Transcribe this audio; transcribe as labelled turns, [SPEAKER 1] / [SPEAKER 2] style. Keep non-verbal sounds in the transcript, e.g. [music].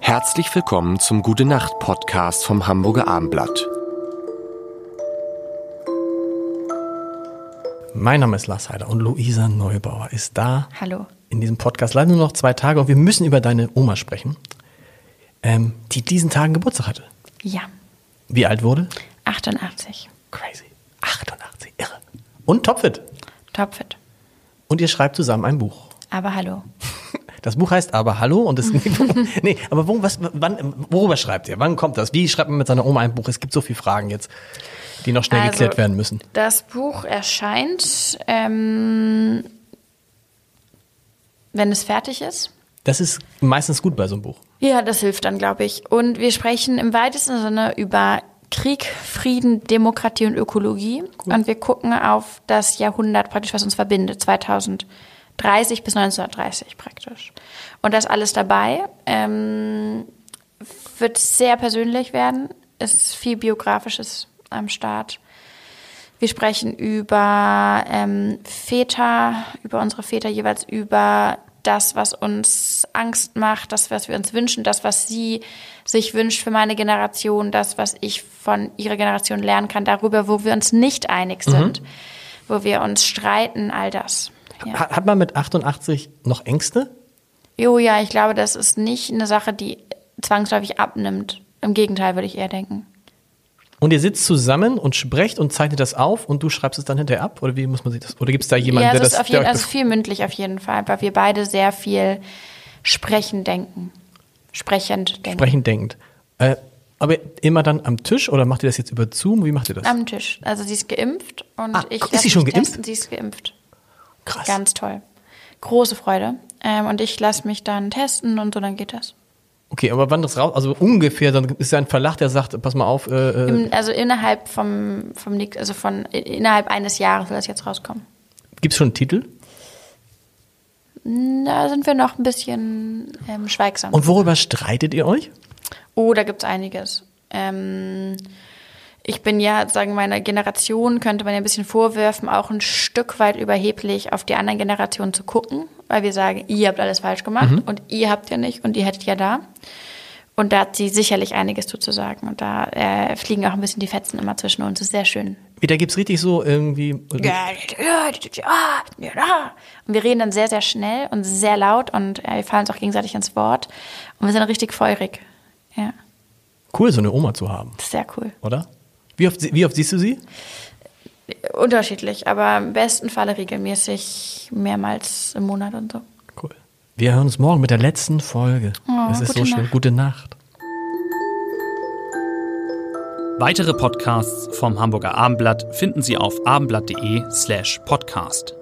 [SPEAKER 1] Herzlich willkommen zum Gute Nacht Podcast vom Hamburger Armblatt.
[SPEAKER 2] Mein Name ist Lars Heider und Luisa Neubauer ist da
[SPEAKER 3] Hallo.
[SPEAKER 2] in diesem Podcast. Leider nur noch zwei Tage und wir müssen über deine Oma sprechen, ähm, die diesen Tagen Geburtstag hatte.
[SPEAKER 3] Ja,
[SPEAKER 2] Wie alt wurde?
[SPEAKER 3] 88.
[SPEAKER 2] Crazy. 88, irre. Und topfit.
[SPEAKER 3] Topfit.
[SPEAKER 2] Und ihr schreibt zusammen ein Buch.
[SPEAKER 3] Aber hallo.
[SPEAKER 2] Das Buch heißt aber Hallo und es. um
[SPEAKER 3] [laughs]
[SPEAKER 2] nee, aber wo, was, wann, worüber schreibt ihr? Wann kommt das? Wie schreibt man mit seiner Oma ein Buch? Es gibt so viele Fragen jetzt, die noch schnell
[SPEAKER 3] Also,
[SPEAKER 2] geklärt werden müssen.
[SPEAKER 3] Das Buch erscheint, ähm, wenn es fertig ist.
[SPEAKER 2] Das ist meistens gut bei so einem Buch.
[SPEAKER 3] Ja, das hilft dann, glaube ich. Und wir sprechen im weitesten Sinne über Krieg, Frieden, Demokratie und Ökologie. Und wir gucken auf das Jahrhundert praktisch, was uns verbindet, 2030 bis 1930 praktisch. Und das alles dabei. Ähm, wird sehr persönlich werden. Es ist viel Biografisches am Start. Wir sprechen über ähm, Väter, über unsere Väter jeweils, über das, was uns Angst macht, das, was wir uns wünschen, das, was sie sich wünscht für meine Generation, das, was ich von ihrer Generation lernen kann, darüber, wo wir uns nicht einig sind, wo wir uns streiten, all das. Ja.
[SPEAKER 2] Hat, hat man mit 88 noch Ängste?
[SPEAKER 3] Jo, ja, ich glaube, das ist nicht eine Sache, die zwangsläufig abnimmt. Im Gegenteil, würde ich eher denken.
[SPEAKER 2] Und ihr sitzt zusammen und sprecht und zeichnet das auf und du schreibst es dann hinterher ab? Oder wie muss man sich das? Oder gibt es da jemanden,
[SPEAKER 3] ja,
[SPEAKER 2] der
[SPEAKER 3] es
[SPEAKER 2] das
[SPEAKER 3] ist auf
[SPEAKER 2] der
[SPEAKER 3] jeden,
[SPEAKER 2] euch
[SPEAKER 3] also viel mündlich auf jeden Fall, weil wir beide sehr viel sprechen, denken. Sprechend denken.
[SPEAKER 2] besprechend denkt? Äh, aber immer dann am Tisch oder macht ihr das jetzt über Zoom? Wie macht ihr das?
[SPEAKER 3] Am Tisch. Also sie ist geimpft und
[SPEAKER 2] Ah,
[SPEAKER 3] ich
[SPEAKER 2] ist
[SPEAKER 3] lass
[SPEAKER 2] sie schon
[SPEAKER 3] mich
[SPEAKER 2] geimpft?
[SPEAKER 3] Testen. Sie ist geimpft.
[SPEAKER 2] Krass.
[SPEAKER 3] Ganz toll. Große Freude. Ähm, und ich lasse mich dann testen und so, dann geht das.
[SPEAKER 2] Okay, aber wann das raus? Also ungefähr, dann ist ja ein Verlag, der sagt, pass mal auf, äh, äh,
[SPEAKER 3] Im, also innerhalb vom, vom Nick- also von innerhalb eines Jahres soll das jetzt rauskommen.
[SPEAKER 2] gibt es schon einen Titel?
[SPEAKER 3] Da sind wir noch ein bisschen ähm, schweigsam.
[SPEAKER 2] Und worüber streitet ihr euch?
[SPEAKER 3] Oh, da gibt's einiges. Ähm, ich bin ja, sagen meiner Generation könnte man ja ein bisschen vorwerfen, auch ein Stück weit überheblich auf die anderen Generationen zu gucken, weil wir sagen, ihr habt alles falsch gemacht und ihr habt ja nicht und ihr hättet ja da. Und da hat sie sicherlich einiges zu, zu sagen. Und da äh, fliegen auch ein bisschen die Fetzen immer zwischen uns. Das ist sehr schön.
[SPEAKER 2] Da gibt es richtig so irgendwie. äh,
[SPEAKER 3] Und wir reden dann sehr, sehr schnell und sehr laut und äh, wir fallen uns auch gegenseitig ins Wort. Und wir sind richtig feurig. Ja,
[SPEAKER 2] Cool, so eine Oma zu haben,
[SPEAKER 3] das ist sehr cool.
[SPEAKER 2] oder? Wie oft, wie oft siehst du sie?
[SPEAKER 3] Unterschiedlich, aber im besten Falle regelmäßig mehrmals im Monat und so.
[SPEAKER 2] Cool. Wir hören uns morgen mit der letzten Folge.
[SPEAKER 3] Oh,
[SPEAKER 2] es ist so
[SPEAKER 3] gute
[SPEAKER 2] schön.
[SPEAKER 3] Nacht.
[SPEAKER 2] Gute Nacht.
[SPEAKER 4] Weitere Podcasts vom Hamburger Abendblatt finden Sie auf abendblatt.de slash podcast.